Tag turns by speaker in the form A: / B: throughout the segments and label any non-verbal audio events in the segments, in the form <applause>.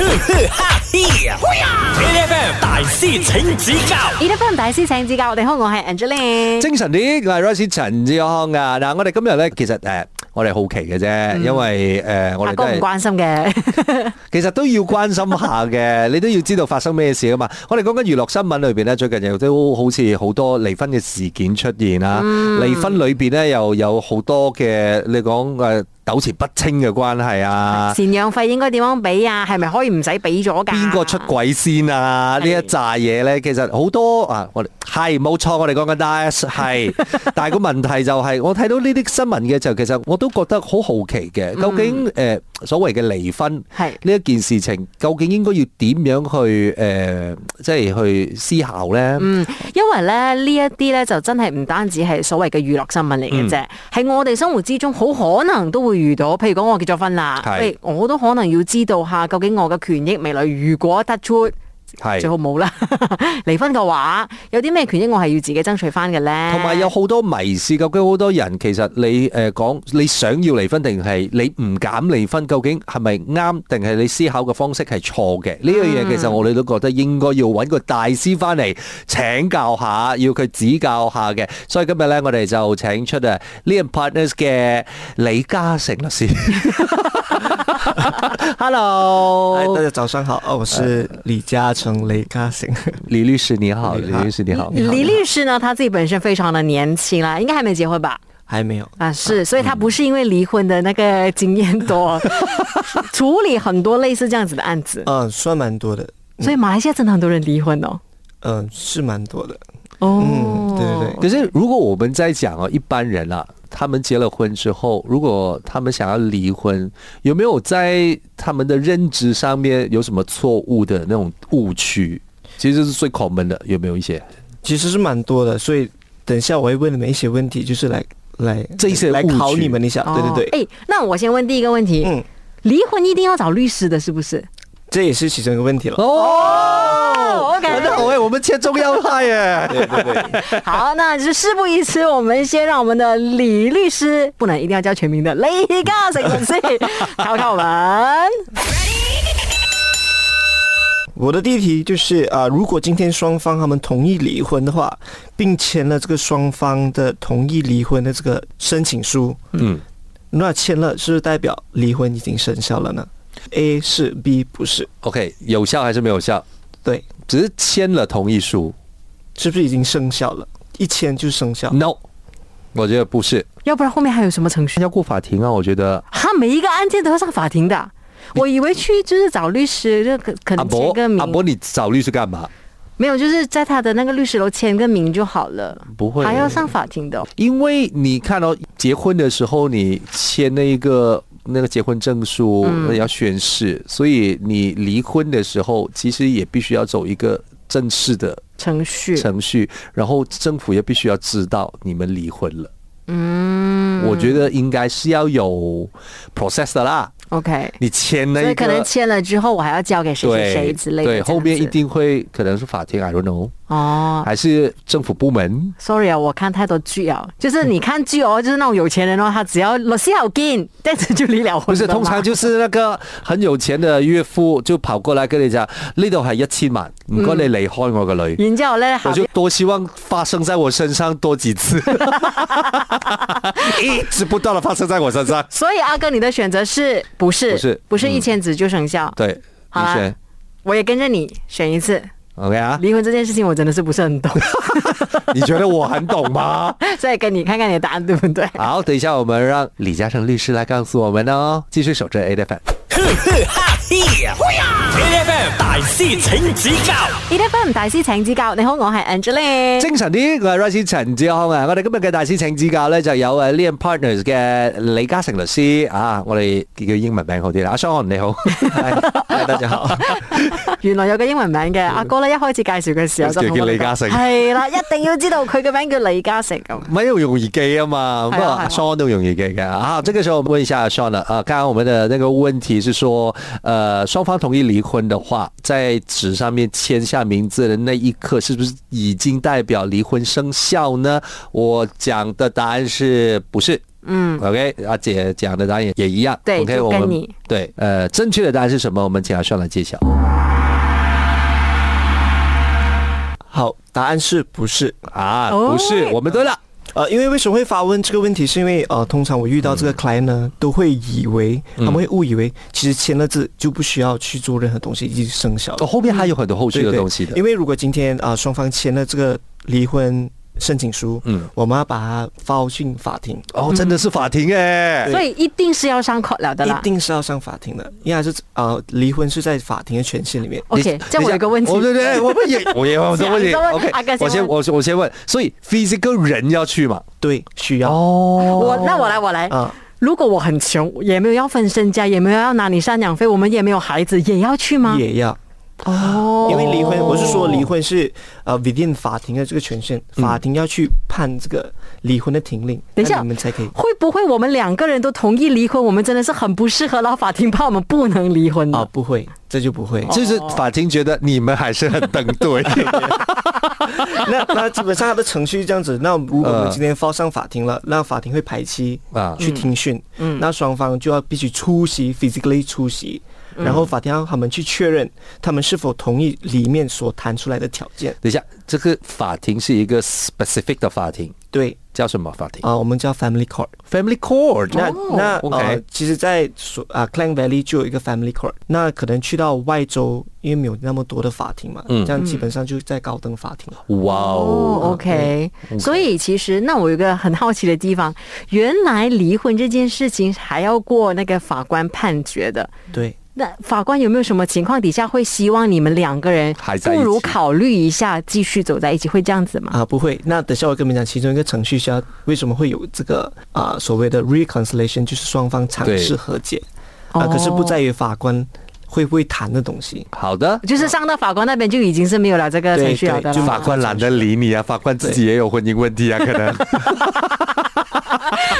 A: 哈 A F M 大師請指教
B: 而家分大師請指教，我哋香港係 Angeline。
C: 精神啲，我係 Royce 陳志康啊！嗱，我哋今日咧，其實誒、呃我哋好奇嘅啫，因為誒、呃我
B: 阿
C: 哋
B: 哥
C: 都
B: 唔
C: 係
B: 關心嘅，
C: 其實都要關心下嘅，你都要知道發生咩事啊嘛！我哋講緊娛樂新聞裏邊咧，最近又都好似好多離婚嘅事件出現啦，離婚裏邊咧又有好多嘅，你講誒糾纏不清嘅關係啊。
B: <laughs> 贍養費應該點樣俾啊？係咪可以唔使俾咗㗎？
C: 邊個出？軌先啊？
B: 係
C: 呢一紮嘢咧，其實好多啊，我哋係冇錯，我哋講緊 DIS 係，但係個問題就係、我睇到呢啲新聞嘅時候，其實我都覺得好好奇嘅，究竟誒、呃所謂嘅離婚
B: 係
C: 呢一件事情，究竟應該要點樣去誒、呃即係去思考咧？
B: 嗯，因為咧呢一啲咧就真係唔單止係所謂嘅娛樂新聞嚟嘅
C: 嗯
B: 啫，係、我哋生活之中好可能都會遇到。譬如講我結咗婚啦，
C: 係
B: 喂我都可能要知道下究竟我嘅權益未來如果突出。
C: 係
B: 最好冇啦， <laughs> 離婚嘅話，有啲咩權益我係要自己爭取翻嘅咧？
C: 同埋有好多迷思，究竟好多人其實你誒講你想要離婚定係你唔減離婚，究竟係咪啱定係你思考嘅方式係錯嘅？呢樣嘢其實我哋都覺得應該要揾個大師翻嚟請教下，要佢指教下嘅。所以今日呢，我哋就請出啊 Lian Partners 嘅李嘉誠律
B: <laughs>
C: 師。
D: 嗨，大
C: Hello，
D: 家早上好，哦，我是李嘉诚雷嘉诚，
C: 李律師你好，李
D: 你
C: 律
D: 好
C: 師你好。
B: 李律師呢，他自己本身非常的年輕啦，應該還沒結婚吧？
D: <laughs> 还没有，
B: 啊，是，所以他不是因为离婚的那个经验多， <laughs> 处理很多类似这样子的案子，
D: 嗯，算蛮多的，
B: 所以马来西亚真的很多人离婚哦。
D: 嗯，是蛮多的，
B: 哦，
D: 嗯对对
C: 可是如果我们在讲哦，一般人啊，他们结了婚之后，如果他们想要离婚，有没有在他们的认知上面有什么错误的那种误区？其实是最 common 的，有没有一些
D: 其实是蛮多的，所以等一下我会问你们一些问题，就是来来
C: 这些
D: 来
C: 误区哦
D: 考你们一下，对对对，
B: 哎、那我先问第一个问题，
D: 嗯，
B: 离婚一定要找律师的，是不是？
D: 这也是其中一个问题了，
C: 哦
B: ，OK
C: 那好哎，我们切中要害耶。
D: 对对对，
B: <laughs> 好，那就事不宜迟，我们先让我们的李律师，不能一定要叫全名的，雷告谁公司 <laughs> 考考我
D: <laughs>
B: 们。
D: 我的第一题就是啊、如果今天双方他们同意离婚的话，并签了这个双方的同意离婚的这个申请书，
C: 嗯，
D: 那签了是不是代表离婚已经生效了呢？A 是，B 不是，
C: <laughs> OK，有效还是没有效？
D: 对。
C: 只是签了同意书
D: 是不是已经生效了？一签就生效。
C: ，no，我觉得不是，
B: 要不然后面还有什么程序？
C: 要过法庭啊，我觉得。
B: 他每一个案件都要上法庭的。我以为去就是找律师，就可可
C: 阿
B: 能
C: 伯
B: 签个，
C: 阿
B: 名，
C: 伯，你找律师干嘛？
B: 没有，就是在他的那个律师楼签个名就好了，
C: 不会
B: 还要上法庭的哦、
C: 因为你看哦，结婚的时候你签那一个那个结婚证书，那
B: 嗯
C: 要宣誓，所以你离婚的时候其实也必须要走一个正式的
B: 程序。
C: 程序，然后政府也必须要知道你们离婚了。嗯，我觉得应该是要有 process 的啦。
B: OK，
C: 你签那
B: 所
C: 一
B: 以可能
C: 个，
B: 签了之后，我还要交给谁谁谁
C: 对
B: 之类的。
C: 对，
B: 这样子
C: 后面一定会可能是法庭，I don't know，
B: 哦。
C: 还是政府部门。
B: Sorry 啊，我看太多剧啊，就是你看剧哦，就是那种有钱人哦，他只要律师好劲，这样子就离了婚
C: 不是，
B: 了嘛
C: 通常就是那個很有錢的岳父就跑過來跟你講，呢度係一千萬，唔該你離開我個女。
B: 然之后咧，下
C: 我
B: 邊
C: 就多希望發生在我身上多
B: <laughs>
C: 幾次，一直不斷的發生在我身上。
B: 所以阿哥你的选择是不是
C: 不是嗯
B: 不是一签字就生效？
C: 對，
B: 好啦
C: 你選
B: 我也跟着你选一次。
C: OK 啊？
B: 离婚这件事情我真的是不是很懂，
C: 你覺得我很懂嗎？
B: 所以跟你看看你的答案对不對？
C: 好，等一下我們讓李嘉誠律師來告訴我們哦。繼續守着 A F M。
A: ，A F M 大師請指教
B: 而家翻唔大師請指教，你好，我係 Angeline。
C: 精神啲，我係 Rice 陳志康啊！我哋今日嘅大師請指教咧，就有誒 Lian Partners 嘅李嘉誠律師啊！我哋叫佢英文名好啲啦。阿 Sean 你好，
D: 嗨，大家好。
B: <laughs> 原來有個英文名嘅，阿哥咧一開始介紹嘅時候就
C: 就
B: 同
C: 叫
B: 我
C: 李嘉誠
B: 係啦，一定要知道佢嘅名叫李嘉誠咁。
C: 唔係因為容易記啊嘛，不過
B: 係啊係啊
C: 阿 Sean 都容易記嘅啊。這個時候我們問一下 Sean 啦，啊，剛剛我們的那個問題是說，呃，雙方同意離婚的話，在紙上面簽下名字的那一刻，是不是已經代表離婚生效呢？我講的答案是不是？嗯，OK，阿姐讲的答案也一样。
B: 对
C: OK，
B: 就
C: 我
B: 跟
C: 们
B: 你
C: 对，呃，正确的答案是什么？我们请阿炫来揭晓。
D: 好，答案是不是？
C: 啊，
B: 哦
C: 不是，我们对了。
D: 呃，因为为什么会发问这个问题，是因为呃，通常我遇到这个
C: 嗯
D: client 呢，都会以为他们会误以为，其实签了字就不需要去做任何东西，已经生效了。
C: 哦，后面还有很多后续的
D: 对对
C: 东西的。
B: 嗯
D: 因为如果今天啊、双方签了这个离婚申请书，
C: 嗯，
D: 我们要把它发进法庭，
C: 哦，真的是法庭哎。
B: 所以一定是要上 court 了的啦
D: 一。定是要上法庭的，因为它是啊、离婚是在法庭的权限里面。
B: OK，这样我有一个问题啊
C: 我，对对，
B: <laughs>
C: 我们也我也有很多问题。
B: 想问
C: OK，
B: 阿哥先
C: 我先我我先问，所以 physical 人要去嘛？
D: 对，需要啊、
C: 哦，
B: 我那我来我来。如果我很穷，也没有要分身家，也没有要拿你赡养费，我们也没有孩子，也要去吗？
D: 也要，
B: 哦，
D: 因为离婚，我是说离婚是呃 within 法庭的这个权限，法庭要去判这个离婚的庭令，
B: 等一下
D: 那你们才可以。
B: 会不会我们两个人都同意离婚，我们真的是很不适合，然后法庭怕我们不能离婚呢
D: 啊、不会，这就不会。
B: 哦
C: 就是法庭觉得你们还是很登对。
D: 那那基本上它的程序是这样子。那如果我
C: 呃
D: 们今天报上法庭了，那法庭会排期
C: 啊
D: 去听讯，
B: 嗯
D: 那双方就要必须出席 physically 出席，
B: 嗯
D: 然后法庭让他们去确认他们是否同意里面所谈出来的条件。
C: <laughs> 等一下，这个法庭是一个 specific 的法庭，
D: 对
C: 叫什么法庭
D: 啊、我们叫 family court。
C: ？Family Court。
B: 哦
D: 那那
C: OK
D: 呃，其实在所啊 Clang Valley 就有一个 family court。那可能去到外州，因为没有那么多的法庭嘛，这样基本上就在高等法庭了。
C: 哇
B: 哦
C: 哦，
B: ，OK，所以其实那我有一个很好奇的地方，原来离婚这件事情还要过那个法官判决的。
D: 对。
B: 那法官有没有什么情况底下会希望你们两个人
C: 还在一起
B: 不如考虑一下继续走在一起，会这样子吗？
D: 啊，不会。那等下我跟你们讲，其中一个程序需要为什么会有这个啊、所谓的 reconciliation，就是双方尝
C: 对
D: 试和解啊、可是不在于法官会不会谈的东西。
C: 好的。
B: 就是上到法官那边就已经是没有了这个
D: 对
B: 程序了的
D: 对
B: 啦
D: 就
C: 法官懒得理你啊，法官自己也有婚姻问题啊，可能。
B: <laughs>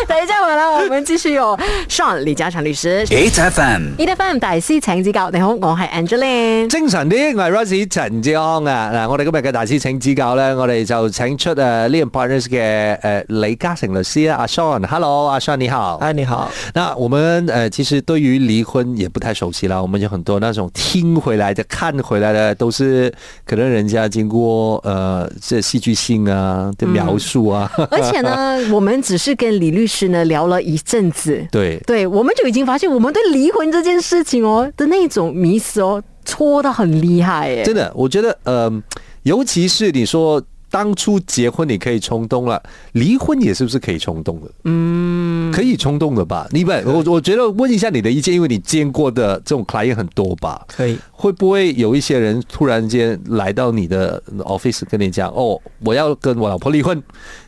B: 等一下回来，我们继续有 Sean 李嘉诚律师。
A: 8FM
B: E F M 大師請指教，你好，我係 Angeline。
C: 精神啲，我係 Rosie 陳志康啊！嗱，我哋今日嘅大師請指教咧，我哋就請出誒 l i a m Partners 嘅誒李嘉誠律師啊，阿 Sean，Hello，阿 Sean 你好。
D: 哎，你好，
C: 那我们呃，其实对于离婚也不太熟悉啦。我们有很多那种听回来的、看回来的，都是可能人家经过呃这戏剧性啊的描述啊。
B: 而且呢，我們只是跟李律師呢聊了一陣子，
C: <laughs> 对，
B: 对，我们就已經發現我們對離婚這件事情哦的那種迷思哦，戳得很厲害耶。
C: 真的，我觉得呃，尤其是你说当初结婚你可以冲动了，离婚也是不是可以冲动的？嗯，可以冲动的吧？你不，我我觉得问一下你的意见，因为你见过的这种 client 很多吧？
D: 可以。
C: 会不会有一些人突然间来到你的 office 跟你讲，哦，我要跟我老婆离婚，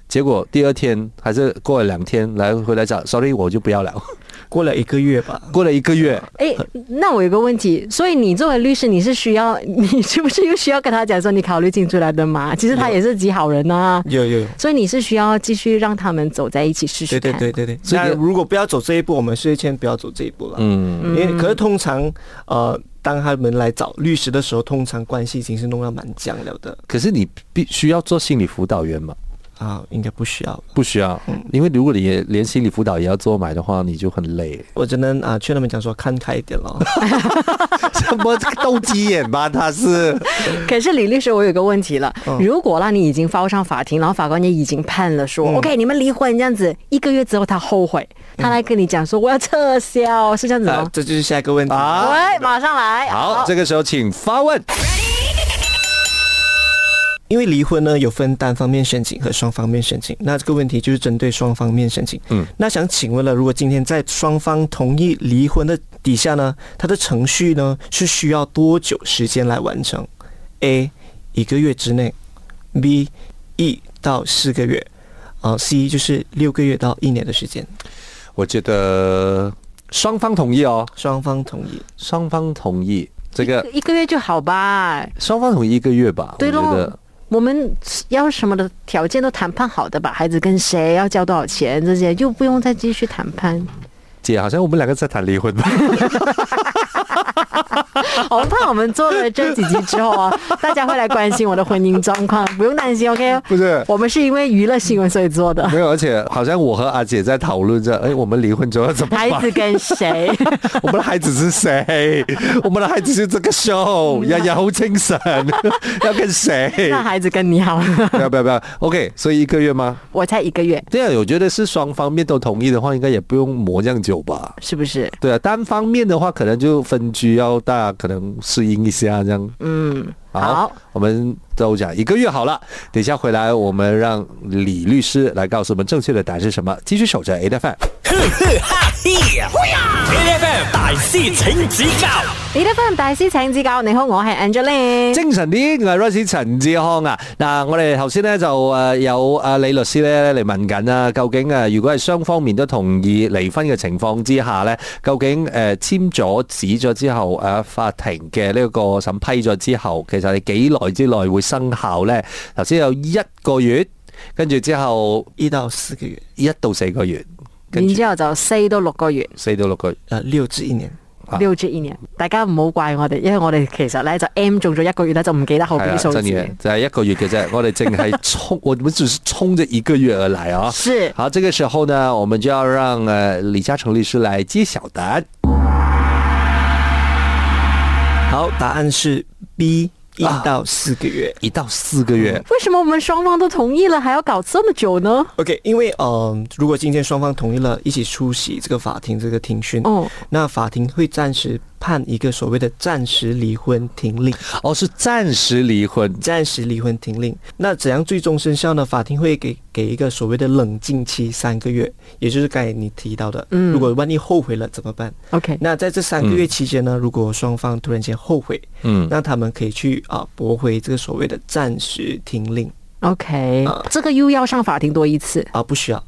C: 结果第二天还是过了两天来回来讲，sorry，我就不要了。 <laughs>
D: 过了一个月吧，
C: 过了一个月，
B: 哎，那我有個問題，所以你作為律師，你是需要， <laughs> 你是不是又需要跟他講說你考慮進出來的嘛？其實他也是極好人啊，
D: 有有有。
B: 所以你是需要繼續讓他們走在一起試試
D: 对
B: 看。
D: 对对对对，
C: 所以
D: 那
C: 你
D: 如果不要走这一步，我们是先不要走这一步了。
C: 嗯，
D: 因为可是通常呃，当他们来找律师的时候，通常关系已经是弄到蛮僵了的
C: 可是你必须要做心理辅导员嘛？
D: 啊，应该不需要吧。
C: 不需要，
B: 嗯
C: 因为如果你也连心理辅导也要做买的话，你就很
B: <laughs>
C: 累。
D: 我只能啊劝他们讲说看开一点 <laughs> 咯。
C: 什么斗鸡眼吧？他是
B: <laughs> 可是李律师，我有个问题了，
C: 嗯
B: 如果啦，你已经发上法庭，然后法官也已经判了
C: 嗯
B: 说、o k 你们离婚这样子，一个月之后他后悔，他来跟你讲说我要撤销，是这样子
D: 啊
B: 吗，？
D: <laughs> 这就是下一个问题
C: 啊
B: 喂，马上来，
C: 好，这个时候请发问。
D: 因为离婚呢有分单方面申请和双方面申请，那这个问题就是针对双方面申请。嗯，那想请问了，如果今天在双方同意离婚的底下呢，它的程序呢是需要多久时间来完成？A 一个月之内，B 一到四个月，啊、c 就是六个月到一年的时间，
C: 我觉得双方同意哦，
D: 双方同意。
C: 双方同意这个
B: 一个月就好吧，
C: 双方同意一个月吧，
B: 对
C: 我觉
B: 喽
C: 得。
B: 我们要什么的条件都谈判好的吧，孩子跟谁要交多少钱这些，就不用
C: <laughs>
B: 再继续谈判。
C: 姐好像我们两个在谈离婚吧。
B: 我怕我们做了这几集之后啊，大家会来关心我的婚姻状况， <laughs> 不用担心，OK？
C: <laughs> 不是
B: 我们是因为娱乐新闻所以做的，
C: 没有，而且好像我和阿姐在讨论着，哎，我们离婚之后要怎
B: <laughs>
C: 么
B: 孩
C: 办？
B: 子跟谁？
C: <laughs> 我们的孩子是谁？我们的孩子是这个 show，日日好精神， <laughs> 要跟谁？
B: 嗯 <laughs> 那孩子跟你好了，
C: 不要不要不要，OK，所以一个月吗？
B: 我才一个月，
C: 对啊，我觉得是双方面都同意的话，应该也不用磨这样久吧。
B: 是不是？
C: 对啊，单方面的话，可能就分居要大家可能适应一下这样。
B: 嗯，
C: 好，我们都讲一个月好了。等一下回来，我们让李律师来告诉我们正确的答案是什么。继续守着 A F M。
A: 哈嘿呀！A F M 大师请指教
B: 你的份大师请指教，你好，我系 Angeline。
C: 精神啲，我係 Rosie 陳志康啊！嗱，我哋頭先咧就誒有阿李律師咧嚟問緊啊，究竟誒如果係雙方面都同意離婚嘅情況之下咧，究竟誒簽咗紙咗之後，誒法庭嘅呢個審批咗之後，其實你幾耐之內會生效咧？頭先有一個月，跟住之後
D: 一到四个月，
C: 一到四個月，跟
B: 然
C: 住
B: 之後就四到六個月，
C: 四到六個月。
D: 呃，六至一年。
C: 啊
B: 六至一年，大家唔好怪我哋，因為我哋其實咧就 M 中咗一個月咧就唔記得後
C: 係
B: 邊
C: 啊，
B: 啲數
C: 真
B: 字
C: 嘅。就係一個月嘅啫，我哋淨係衝，我們只是衝着一個月而來啊！
B: 是
C: 好，这个时候呢，我们就要让呃李嘉诚律师来揭晓答案。
D: 好，答案是 B，一
C: 啊
D: 到四个月。
C: 一到四个月，
B: 为什么我們雙方都同意了，還要搞這麼久呢？
D: OK，因为呃，如果今天双方同意了一起出席这个法庭这个庭讯，
B: 哦，
D: 那法庭会暂时判一个所谓的暂时离婚停令。
C: 哦，是暂时离婚。
D: 暂时离婚停令，那怎样最终生效呢？法庭会给给一个所谓的冷静期三个月，也就是刚才你提到的，
B: 嗯
D: 如果万一后悔了怎么办？
B: OK，
D: 那在这三个月期间
B: 嗯
D: 呢，如果双方突然间后悔，
C: 嗯，
D: 那他们可以去啊驳回这个所谓的暂时停令
B: OK，、
D: 啊
B: 这个又要上法庭多一次。
D: 啊，不需要。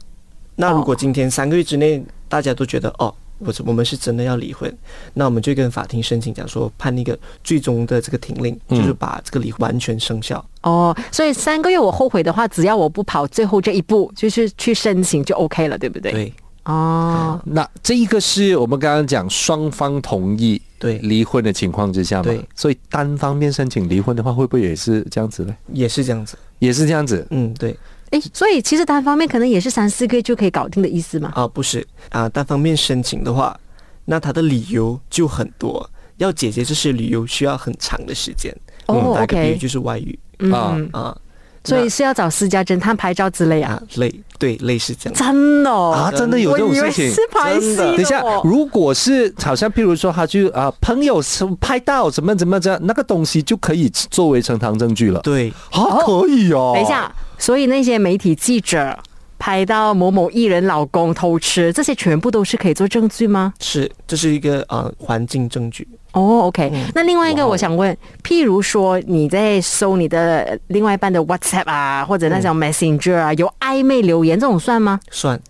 D: 那
B: 哦
D: 如果今天三个月之内大家都觉得哦，我我们是真的要离婚，那我们就跟法庭申请讲说判一个最终的这个停令，
B: 嗯
D: 就是把这个离完全生效。
B: 哦，所以三个月我后悔的话，只要我不跑最后这一步，就是去申请就 OK 了，对不对？。
D: 对
B: 哦，
C: 那这一个是我们刚刚讲双方同意
D: 对
C: 离婚的情况之下嘛
D: 对，
C: 所以单方面申请离婚的话，会不会也是这样子呢？
D: 也是这样子。
C: 也是这样子。
D: 嗯，对。
B: 诶，所以其实单方面可能也是三四个月就可以搞定的意思嘛。
D: 啊，不是啊，单方面申请的话，那他的理由就很多，要解决这些理由需要很长的时间。
B: 哦
D: 嗯打个比喻
B: OK
D: 就是外遇
B: 嗯，
C: 啊
D: 啊，
B: 所以是要找私家侦探拍照之类
D: 那
B: 啊
D: 啊，类对类似这样。
B: 真的、哦、
C: 啊，真的有这种
B: 我以
C: 事
B: 为
C: 情
B: 是？拍戏的哦。
C: 等一下，如果是好像譬如说，他去啊朋友拍到怎么怎么着，那个东西就可以作为呈堂证据了。
D: 对
C: 啊，可以哦。
B: 等一下，所以那些媒体记者拍到某某艺人老公偷吃，这些全部都是可以做证据吗？
D: 是这是一个啊环境证据。
B: 哦、o k 那另外一个
C: 哇哦
B: 我想问，譬如说你在搜你的呃另外一半的 WhatsApp 啊，或者那
C: 嗯
B: 种 Messenger 啊，有暧昧留言这种算吗？
D: 算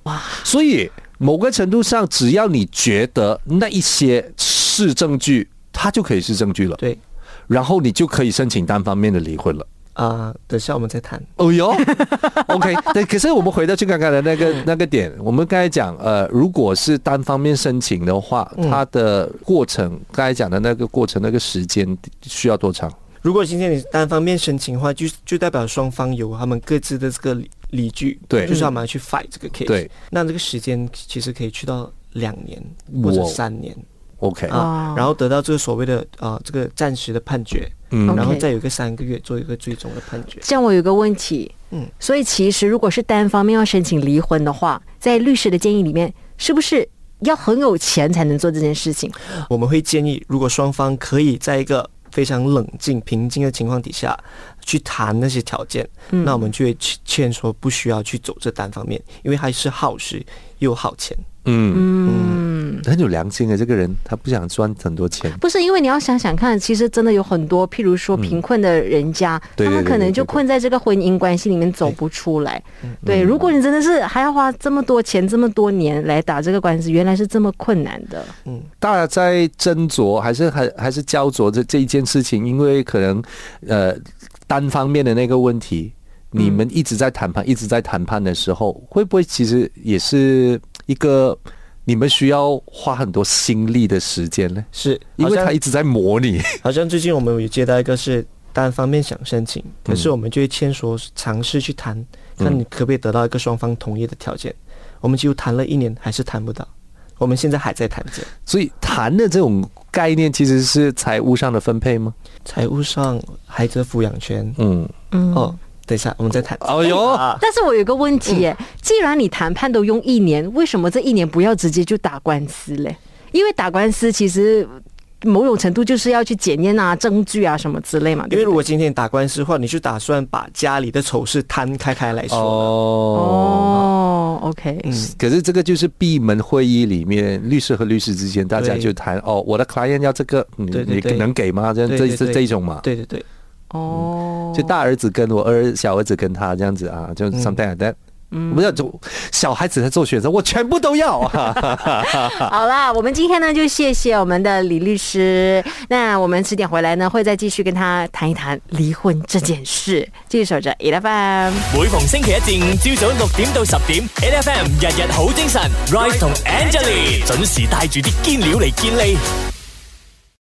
C: 所以某个程度上，只要你觉得那一些是证据，它就可以是证据了，
D: 对
C: 然后你就可以申请单方面的离婚了。
D: 啊，等下我们再谈。
C: 哦哟 <laughs> ，OK，对，可是我们回到去刚刚的那个那个点，我们刚才讲，呃，如果是单方面申请的话，它的过程，刚才讲的那个过程，那个时间需要多长？
D: 如果今天你单方面申请的话，就就代表双方有他们各自的这个理理据，
C: 对
D: 就是他们要去 fight 这个 case。
C: 对，
D: 那这个时间其实可以去到两年或者
C: 哇
D: 三年。
C: OK，
D: 啊
B: 哦，
D: 然后得到这个所谓的啊这个暂时的判决，
C: 嗯
B: OK
D: 然后再有一个三个月做一个最终的判决。
B: 这样我有个问题，
D: 嗯，
B: 所以其实如果是单方面要申请离婚的话，在律师的建议里面，是不是要很有钱才能做这件事情？
D: 我们会建议，如果双方可以在一个非常冷静、平静的情况底下去谈那些条件，
C: 嗯
D: 那我们就会劝劝说不需要去走这单方面，因为还是耗时又耗钱。
C: 嗯嗯，很有良心的这个人，他不想赚很多钱。
B: 不是因为你要想想看，其实真的有很多，譬如说贫困的人家，
C: 对哎
B: 他们
C: 对对
B: 可能
C: 对
B: 就
C: 对
B: 困在这个婚姻关系里面走不出来。
C: 嗯
B: 对，如果你真的是还要花这么多钱、这么多年来打这个官司，原来是这么困难的。
C: 大家在斟酌，还是还还是焦灼这这一件事情，因为可能呃单方面的那个问题，你们一直在谈判，一直在谈判的时候，会不会其实也是一个你们需要花很多心力的时间呢？
D: 是，
C: 因
D: 好
C: 为
D: 像
C: 他一直在磨 <laughs> 你。
D: 好像最近我们有接到一个是单方面想申请，
C: 嗯
D: 可是我们就会签说尝试去谈，看你可不可以得到一个双方同意的条件。我们几乎谈了一年，还是谈不到。我们现在还在谈着。
C: 所以谈的这种概念其实是财务上的分配吗？
D: 财务上，孩子的抚养权，
C: 嗯，
D: 哦，等一下，我们再谈。
C: 哎呦，
B: <laughs> 但是我有个问题耶，
D: 嗯
B: 既然你谈判都用一年，为什么这一年不要直接就打官司嘞？因为打官司其实某种程度就是要去检验啊、证据啊什么之类嘛。
D: 因
B: 对
D: 为
B: 不
D: 如
B: 对
D: 果今天打官司的话，你就打算把家里的丑事摊开开来说。
C: 哦。
B: 哦，OK，
D: 嗯
C: 可是这个就是闭门会议里面，律师和律师之间大家就谈哦，我的 client 要这个，嗯你
D: 对对对
C: 你能给吗？这样
D: 对
C: 这
D: 对
C: 这
D: 对
C: 这种嘛，
D: 对对对，
B: 哦，
C: 就大儿子跟我二小儿子跟他这样子啊，就 something like that。嗯，不要做小孩子在做选择，我全部都要啊。
B: 好啦，我们今天呢就谢谢我们的李律师。那我们迟点回来呢，会再继续跟他谈一谈离婚这件事。继续守着 e l e v e
A: 每逢星期一至五朝早六點到十點 n F M 日日好精神，Rise 同 Angelie 準時帶住啲堅料嚟健利。